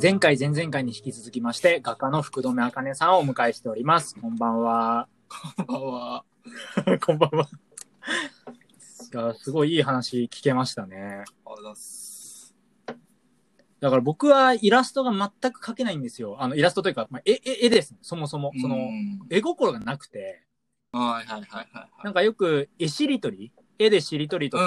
前回、前々回に引き続きまして、画家の福留茜さんをお迎えしております。こんばん は。こんばんは。こんばんは。いや、すごいいい話聞けましたね。ありがとうございます。だから僕はイラストが全く描けないんですよ。あの、イラストというか、まあ、絵、絵絵です、そもそも。その、うん絵心がなくて、はいはいはいはい。なんかよく絵しりとり絵でしりとりとか、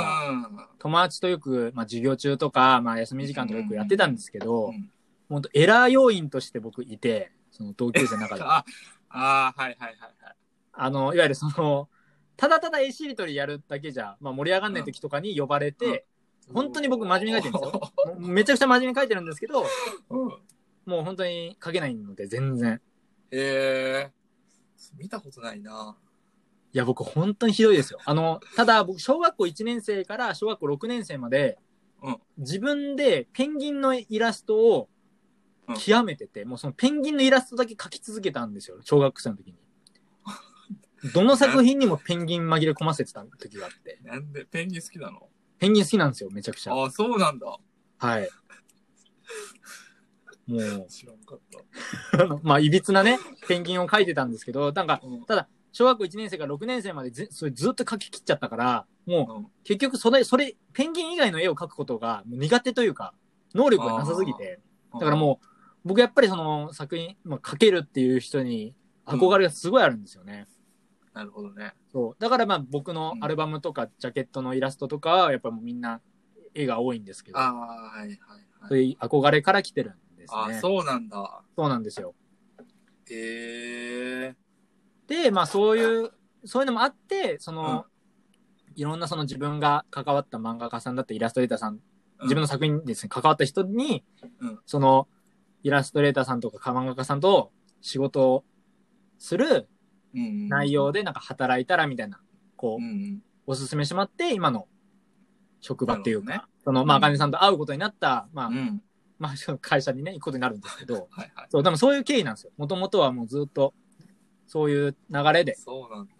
か、友達とよく、まあ、授業中とか、まあ、休み時間とかよくやってたんですけど、うもんうほんとエラー要員として僕いて、その同級生の中で。あ、あーはいはいはいはい。あの、いわゆるその、ただただ絵しりとりやるだけじゃ、まあ、盛り上がんない時とかに呼ばれて、本当に僕真面目に描いてるんですよ。もうめちゃくちゃ真面目に描いてるんですけど、よ。もう本当に描けないので全然。えー、見たことないな。いや、僕本当にひどいですよ。あの、ただ僕、小学校1年生から小学校6年生まで、うん自分でペンギンのイラストをうん極めてて、もうそのペンギンのイラストだけ描き続けたんですよ、小学生の時に。どの作品にもペンギン紛れ込ませてた時があって。なんで、ペンギン好きなのペンギン好きなんですよ、めちゃくちゃ。あーそうなんだ。はい。もう、知らんかった。あのまあ、いびつなね、ペンギンを描いてたんですけど、なんか、うん小学校1年生から6年生までずそれずっと描き切っちゃったから、もう、うん結局それ、それ、ペンギン以外の絵を描くことがもう苦手というか、能力がなさすぎて。だからもう、僕やっぱりその作品、まあ、描けるっていう人に憧れがすごいあるんですよね。うん。なるほどね。そう。だからまあ僕のうんアルバムとかジャケットのイラストとかは、やっぱもうみんな絵が多いんですけど、あーはいはいそはうい。いう憧れから来てるんですあね。ーそうそうなんだ。なんですよ。えー、で、まあそういう、そういうのもあって、その、いろんなその自分が関わった漫画家さんだったりイラストレーターさん自分のの、作品にですね、関わった人に、うんその、イラストレーターさんとか、漫画家さんと仕事をするうん内容、で、なんか働いたらみたいな、こうんうう、ん。おすすめしまって、今の職場っていうか、なるほその、まあ、うあんかねさんと会うことになった、まあ、うん。まあ、そ の会社にね、行くことになるんですけど、はいはい。そう、でもそういう経緯なんですよ。もともとはもうずっと、そういう流れで、そうなんだ。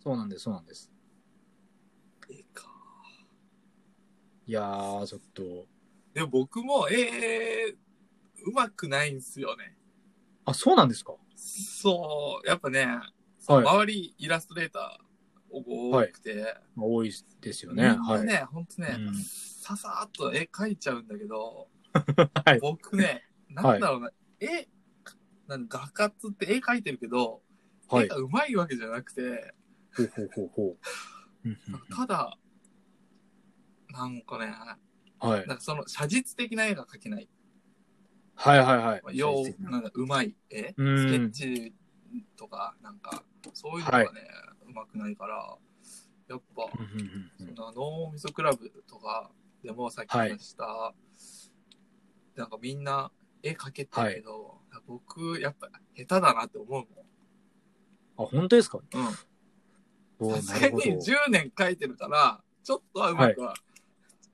そうなんです、そうなんです。絵か。いやー、ちょっと、でも僕も、ええうまくないんすよね。あ、そうなんですかそう、やっぱね、はい。周りイラストレーター多くて、多いですよみんね。なはい。ね、ほんとね、うんささーっと絵描いちゃうんだけど、はい僕ね、なんだろうな、絵、なんか画家っつって絵描いてるけど、は絵い。がうまいわけじゃなくて、ほうほうほうほううんうんただ、なんかね、うん。はい。なんかその写実的な絵が描けない。はいはいはい。よう、なんかうまい絵、うんスケッチとか、なんか、そういうのがね、うまくないから、やっぱ、うんうんそうんの脳みそクラブとかでもさっき話した、なんかみんな絵描けてるけど、僕、やっぱ下手だなって思うあ、本当ですかもん。うん。おーさすがに10年描いてるから、ちょっとはうまくは、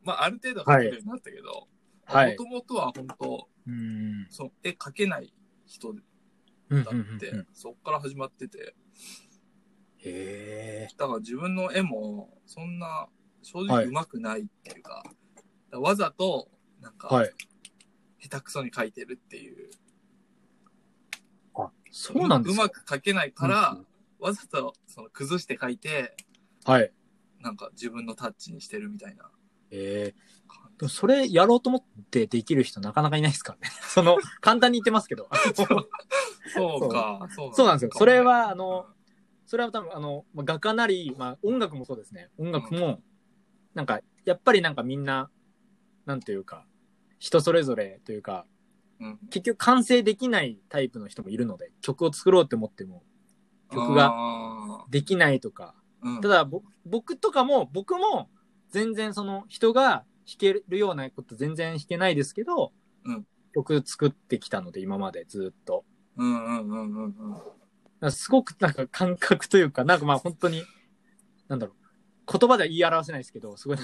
まあある程度は描けるようになったけど、はいも。ともとは本当、うん。その絵描けない人だうんうんって、うんうん。そっから始まってて、へえ。だから自分の絵もそんな正は直いうまくないっていうか,、わざとなんかはい。下手くそに描いてるっていう、あ、そうなんですうかまく描けないから、うんわざとその崩して描いてはい。なんか自分のタッチにしてるみたいなええ。感でもそれやろうと思ってできる人なかなかいないですからね。その、簡単に言ってますけど。あのじそうかそうそうなんですよそれはあののそれは多分、あの、まあ画家なり、まあ音楽もそうですね。音楽も、なんか、やっぱりなんかみんな、なんというか、人それぞれというか、うん結局完成できないタイプの人もいるので、曲を作ろうって思っても、曲がが、できないとか。うん、ただ、ぼ僕とかも、僕も、全然その人が弾けるようなこと全然弾けないですけど、うん曲作ってきたので、今までずっと。うんうんうんうん うんだからすごくなんか感覚というか、なんかまあ本当に、なんだろう、言葉では言い表せないですけど、すごい、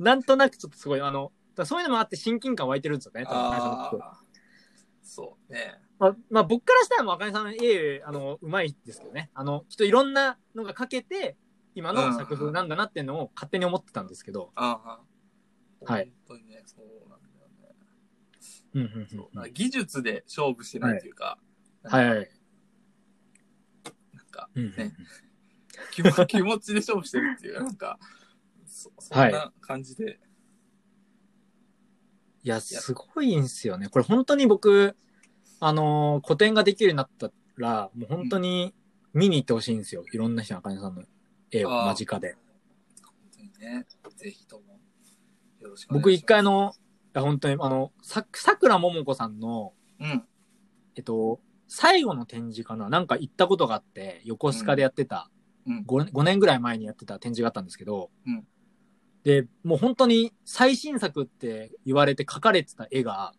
なんとなくちょっとすごい、あの、だからそういうのもあって親近感湧いてるんですよね、多分会社のあ人あそうねまあ、まあ僕からしたらもう赤根さんの絵、あの、うまいですけどね。あの、きっといろんなのがかけて、今の作風なんだなっていうのを勝手に思ってたんですけど、ああはい本当にねそうなんだよねうんうんそううんなんか技術で勝負しないというか、はいはい。なんかうんうんね気持 気持ちで勝負してるっていう、なんか、そそんな感じで、いや、すごいんすよね。これ本当に僕、あのー個展ができるようになったら、もう本当に見に行ってほしいんですよ。いろんな人のあかねさんの絵をあー間近で。本当にね、ぜひとも、よろしくお願僕いし一回あの、いや本当にあの、さ、さくらももこさんの、ます。うん。えっと、最後の展示かななんか行ったことがあって、横須賀でやってた、うん五 5, 年ぐらい前にやってた展示があったんですけど、うんで、もう本当に最新作って言われて描かれてた絵が、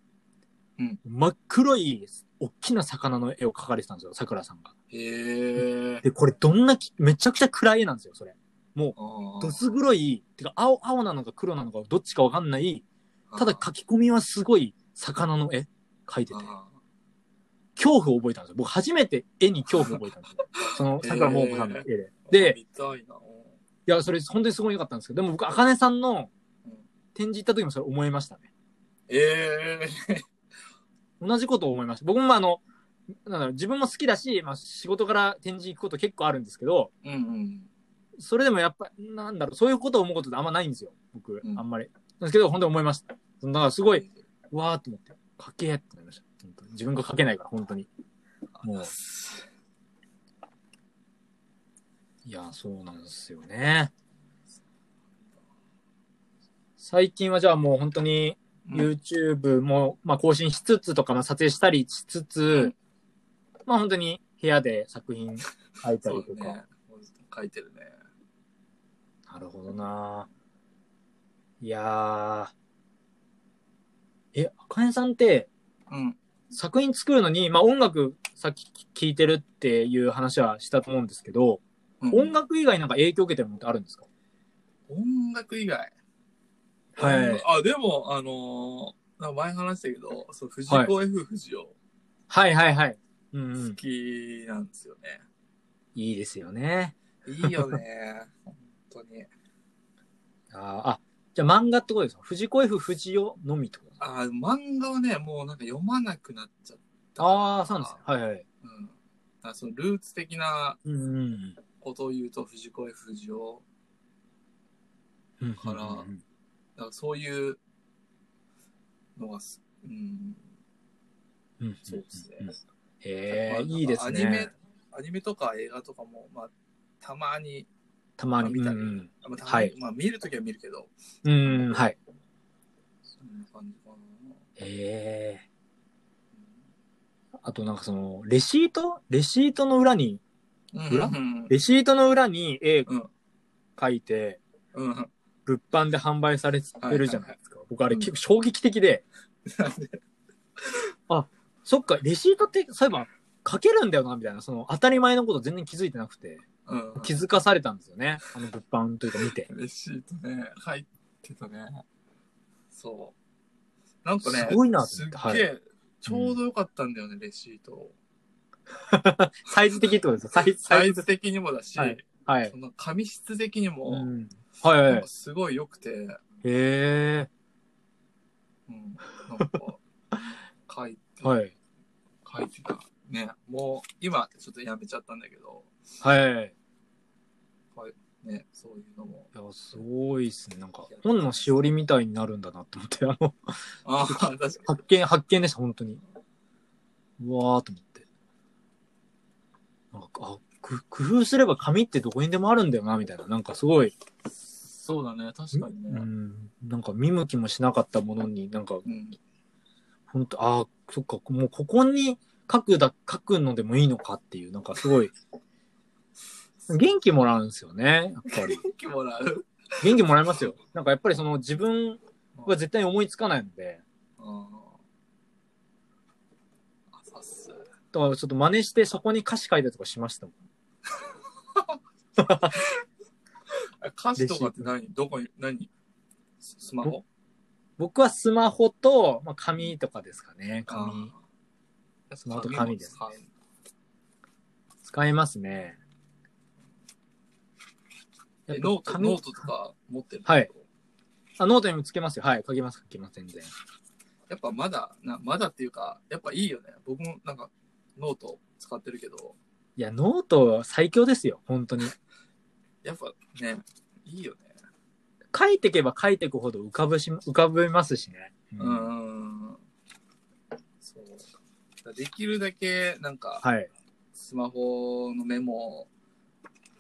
うん真っ黒い大きな魚の絵を描かれてたんですよ、桜さんが。へえ。で、これどんなき、めちゃくちゃ暗い絵なんですよ、それ。あーどす黒い、てか青、青なのか黒なのかどっちかわかんない、ただ書き込みはすごい魚の絵描いてて。あ恐怖を覚えたんですよ。僕初めて絵に恐怖を覚えたんですよ。その桜桃子さんの絵で。ーで、い見たいな。や、それ本当にすごい良かったんですけど、でも僕、あかねさんのうん展示行った時もそれ思いましたね。ええ。同じことを思いました。僕もまああの、なんだろう、自分も好きだし、まあ仕事から展示行くこと結構あるんですけど、 うんうん。それでもやっぱ、なんだろう、そういうことを思うことってあんまないんですよ。僕、うんあんまり。なんですけど、本当に思いました。だからすごい、。わーっと思って、書けーってなりました。本当に自分が書けないから、本当に。もう、いや、そうなんですよね。最近はじゃあもう本当にうん YouTube も、まあ更新しつつとか、まあ撮影したりしつつ、うんまあ本当に部屋で作品書いたそりうとだか。ね。書いてるね。なるほどな。いやー。え、あかねさんってうん。作品作るのに、まあ音楽さっき聞いてるっていう話はしたと思うんですけど、うん音楽以外なんか影響を受けてるのってあるんですか音楽以外。はい。あ、でも、あのーなんか前話したけど、そう、藤子 F 不二雄はいはいはい。うん、う好ん。きなんですよね。いいですよね。いいよね。 本当に。あーあ、じゃあ漫画ってことですか藤子 F 不二雄のみってことですかあ、漫画はね、もうなんか読まなくなっちゃった。ああ、そうなんですね。はいはい。うん。あそのルーツ的なうんうんうん。ことを言うと、藤子 F 不二雄。うんうんうんからだからそういうのがす、うん、うんうんんそうですね。へえ、まあいいですアニメね。、アニメとか映画とかも、まあ、たまに、たまにまあ見たりうんうんまあ、たまにはいまあ、見るときは見るけど、うん、はい。そんな感じかな。ええうあとなんかその、レシートレシートの裏に、ん裏うん。レシートの裏に絵うん描いて、うん。なん物販で販売されてるじゃないですか。僕あれうん結構衝撃的で、でそっか、レシートって、そういえば、書けるんだよな、みたいな、その、当たり前のこと全然気づいてなくて、うん。気づかされたんですよね。あの物販というか見て。レシートね、入ってたね。そう。なんかね、すごいなとす思っってげえ、はいちょうどよかったんだよね、レシート。サイズ的ってことですかサイズ、ササイイズ。ズ的にもだし、はいはいそ。の紙質的にうも、ん、はいはいなはんいか。すごい良くて、へうん、なんか、書いて、え。はい。書いてた。ね、もう、今、ちょっとやめちゃったんだけど、はい。いね、そういうのも。や、すごいっすね。なんか、本のしおりみたいになるんだなって思って、あの、ああ、確かに。発見、発見でした、本当に。うわーと思って。なんか、あ、く工夫すれば紙ってどこにでもあるんだよな、みたいな。なんかすごい、そうだね、確かにうね。ん、なんか見向きもしなかったものに、なんか、うん。本当ああ、そっか、もうここに書くだ、書くのでもいいのかっていう、なんかすごい、元気もらうんですよね、やっぱり。元気もらう。元気もらいますよ。なんかやっぱりその自分は絶対に思いつかないので、ああ。あ、さっす。だからちょっと真似してそこに歌詞書いたりとかしましたもん。あ歌詞とかって何どこに、何ススマホ僕はスマホと、まあ、紙とかですかね。紙。ああスマホと紙です紙も使いますね。使やうえっぱノート、紙ノートとか持ってるはい。あ、ノートにもつけますよ。はい。書きます、書きます、全然。やっぱまだ、なまだっていうか、やっぱいいよね。僕もなんか、ノート使ってるけど、いや、ノート最強ですよ、本当に。やっぱね、いいよね。書いてけば書いてくほど浮かぶし、浮かべますしね。うーん。そう。だからできるだけ、なんか、はい。スマホのメモ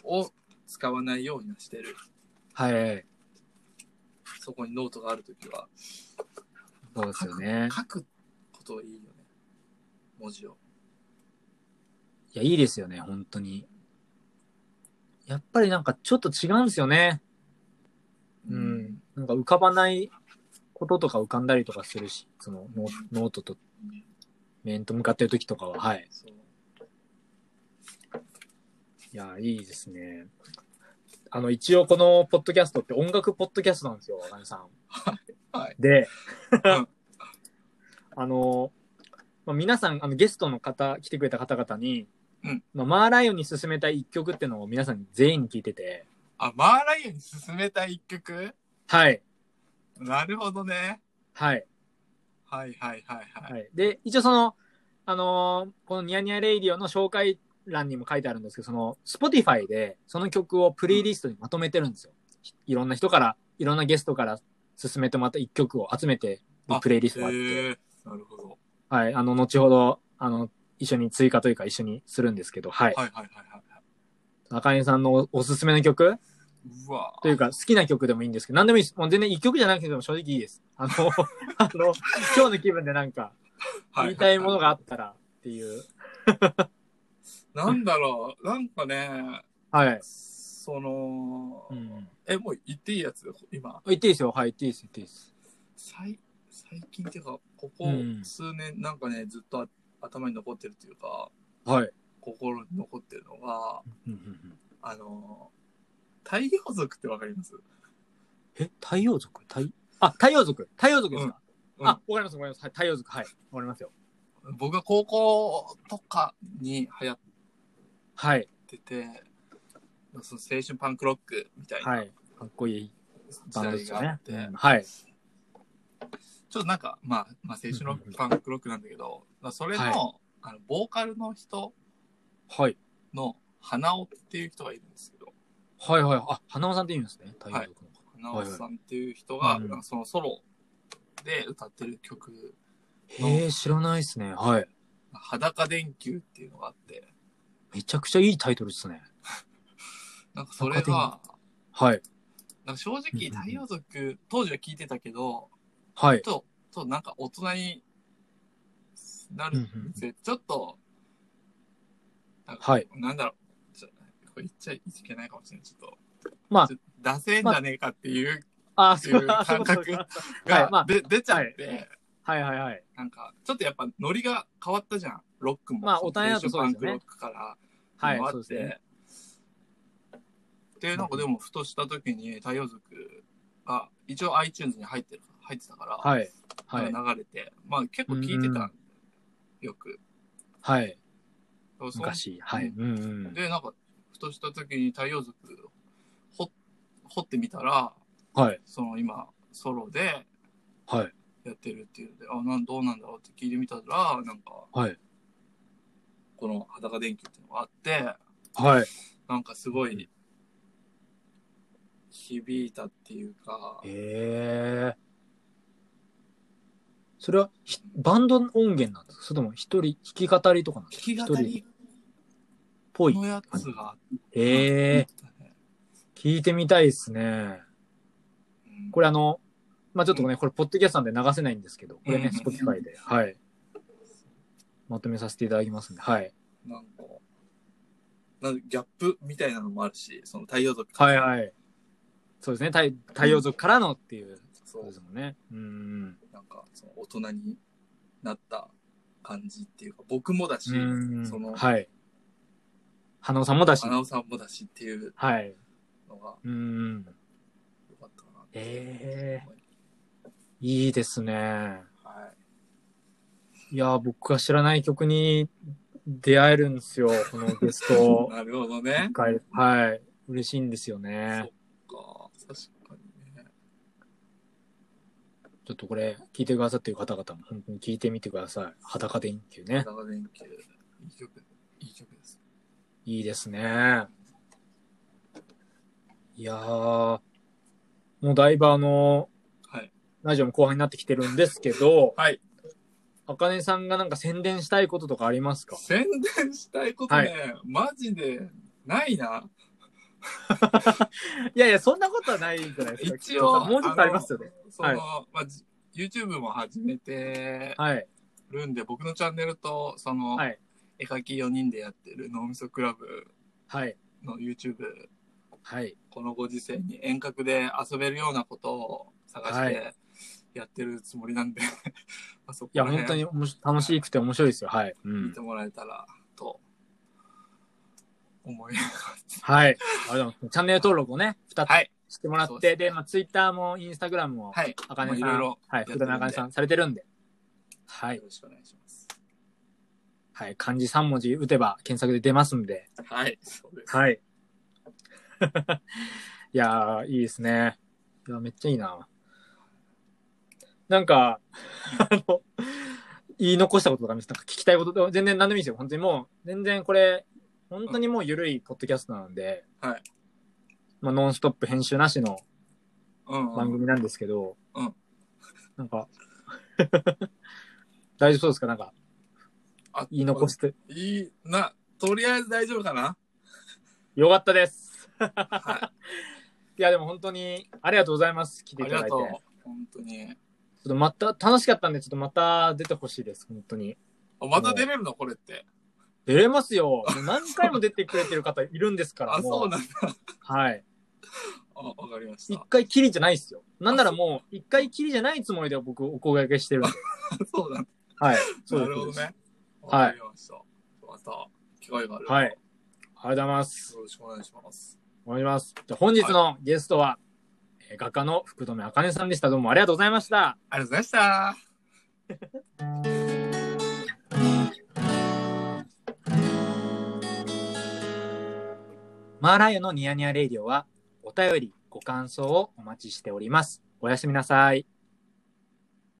を使わないようにはしてる。はい。そこにノートがあるときは。そうですよね。書くこといいよね。文字を。いや、いいですよね、本当に。やっぱりなんかちょっと違うんですよね。うん。なんか浮かばないこととか浮かんだりとかするし、そのノノートと面と向かってる時とかは、はい。そう。いや、いいですね。あの、一応このポッドキャストって音楽ポッドキャストなんですよ、あかねさん。はい。で うん、あの、まあ、皆さん、あの、ゲストの方、来てくれた方々に、うんまあ、マーライオンに勧めたい一曲ってのを皆さんに全員に聞いてて、あ、マーライオンに勧めた一曲はい、なるほどね。はい、はいはいはいはい。はい。で、一応その、あのーこのニヤニヤレイディオの紹介欄にも書いてあるんですけど、その、Spotify でその曲をプレイリストにまとめてるんですよ。いろんな人から、いろんなゲストから勧めてもらった一曲を集めてるプレイリストがあって、えー、なるほど。はい、あの、後ほど、あの、一緒に追加というか一緒にするんですけど、はい。はいはいはいはい。赤根さんのおおすすめの曲うわというか、好きな曲でもいいんですけど、何でもいいです。もう全然一曲じゃなくても正直いいです。あの、 あの、今日の気分でなんか、言いたいものがあったらっていう。なんだろう。なんかね、はい。その、うん、え、もう言っていいやつ今、言っていいですよ。はい、言っていいです、言っていいです。最、最近っていうか、ここうん数年なんかね、ずっとあ頭に残ってるっていうか、はい。心に残ってるのが、うんうんうんあのー、太陽族ってわかりますえ、太陽族太あ、太陽族太陽族ですか、うんうんあ、わかります、わかります。はい、太陽族。はい。わかりますよ。僕が高校とかに流行っはい。てて、その青春パンクロックみたいは。ないかっこいい時バンドで代すよがあねっ。て、うんはい。ちょっとなんか、まあ、まあ、青春の パンクロックなんだけど、まあそれの、はいあの、ボーカルの人はい。の花尾っていう人がいるんですけど、はいはい。あ、花尾さんって言うんですね。太陽族の方。花尾さんっていう人はいが、はいうんなんかそのソロで歌ってる曲、へえ、知らないですね。はい。裸電球っていうのがあって、めちゃくちゃいいタイトルですね。なんかそれが、はい。なんか正う直んうんうん太陽族、当時は聞いてたけど、はい。と、となんか大人になうんうるんうんぜ、ちょっと、なんかはい。なんだろう、ちょこれ言っちゃいけないかもしれない。ちょっと、まあちょっと出せんじゃねえかっていうあ、そういうか、そう感か。覚そうかが、はいまあで出ちゃって、はいはいはい。なんか、ちょっとやっぱノリが変わったじゃん。ロックも。まあ大人だとそうですよねパンクロックから、はいもあ、そうっですて。ね。で、なんかでも、ふとした時に太陽族が、一応 iTunes に入ってる、入ってたから、はい。はい。流れて、まあ結構聞いてた、よく。はい。そう昔。はい。うんうん。で、なんか、ふとした時に太陽族掘、掘ってみたら、はい。その今、ソロではい。やってるっていうので、あ、なん、どうなんだろうって聞いてみたら、なんか、はい。この裸電球っていうのがあって、はい。なんかすごい、響いたっていうか、へえ。それはひ、バンドの音源なんですかそれとも一人、弾き語りとかなんですか弾き語りぽいの。やつがあっへえ。たね。聞いてみたいですね。うんこれあの、まあちょっとね、これ、ポッドキャストなんで流せないんですけど、これね、うん Spotify で、はい。まとめさせていただきますんで、はい。なんか、なんかギャップみたいなのもあるし、その太陽族はいはい。そうですね、太太陽族からのっていうそことうですもんね。うん。なんか、その大人になった感じっていうか、僕もだし、うん。その、はい。花尾さんもだし、花尾さんもだしっていうはい。のがうん。良かったかなってええ思いいいですね。はい。いや、僕が知らない曲に出会えるんですよ、このゲス トなるほどね。会。はい。嬉しいんですよね。そっか、確かにね。ちょっとこれ、聞いてくださってる方々も、本当に聞いてみてください。裸電球ね。長電球。いい曲、いい曲です。いいですね。いやー、もうだいぶあの、はい。ラジオも後半になってきてるんですけど、はい。あかねさんがなんか宣伝したいこととかありますか宣伝したいことね、はマジでないな。いやいや、そんなことはないじゃないですか。一応もうちょっとありますよね。その、はいまあ、じ YouTube も始めてはい。るんで、僕のチャンネルと、その、はい絵描き4人でやってる脳みそクラブはい。の YouTube、はい。このご時世に遠隔で遊べるようなことを探しはてやってるつもりなんで、 まあそこいや、ら本当辺におもし楽しくて面白いですよ。はい。う見んて。もらえたらと思います。はい。ありがとうございます。チャンネル登録をね、2はい。つしてもらっそうて、ですねで、まあ、ツイッターもインスタグラムも、はい。あかねいさろいん、ろはい、やってる福んで田のあかねさんされてるんで、はよい。ろしくお願いします。はい。漢字3文字打てば検索で出ますんで、はい。そうです。はい。 いやー、いいですね。いや、めっちゃいいな。なんか、あの、言い残したこととかあります、なんか聞きたいことと、全然何でもいいですよ。本当にもう、全然これ、本当にもう緩いポッドキャストなんで、はい。まあ、ノンストップ編集なしのうん、う番ん。組なんですけど、うんなんか、 大丈夫そうですかなんか、あ言い残して。いいな、とりあえず大丈夫かなよかったです。はいや、でも本当に、ありがとうございます。来い。てあいりただいがて。とう。本当に。ちょっとまた、楽しかったんで、ちょっとまた出てほしいです、本当に。あまた出れるのこれって。出れますよ。もう何回も出てくれてる方いるんですから。あ、もそうなんだ。はい。あ、わかりまし一た。回きりじゃないですよ。なんならもう、一回きりじゃないつもりで僕、お声掛けしてるんで。そうなんはい。だ。そう なでするほど。そうですね。わかりました。また、機会がある。はい。あよりがとうございます。ろしくお願いします。お願いします。じゃあ本日のゲストは、えー画家の福留茜さんでした。どうもありがとうございました。ありがとうございました。マーライオンのニヤニヤレイディオは、お便り、ご感想をお待ちしております。おやすみなさい。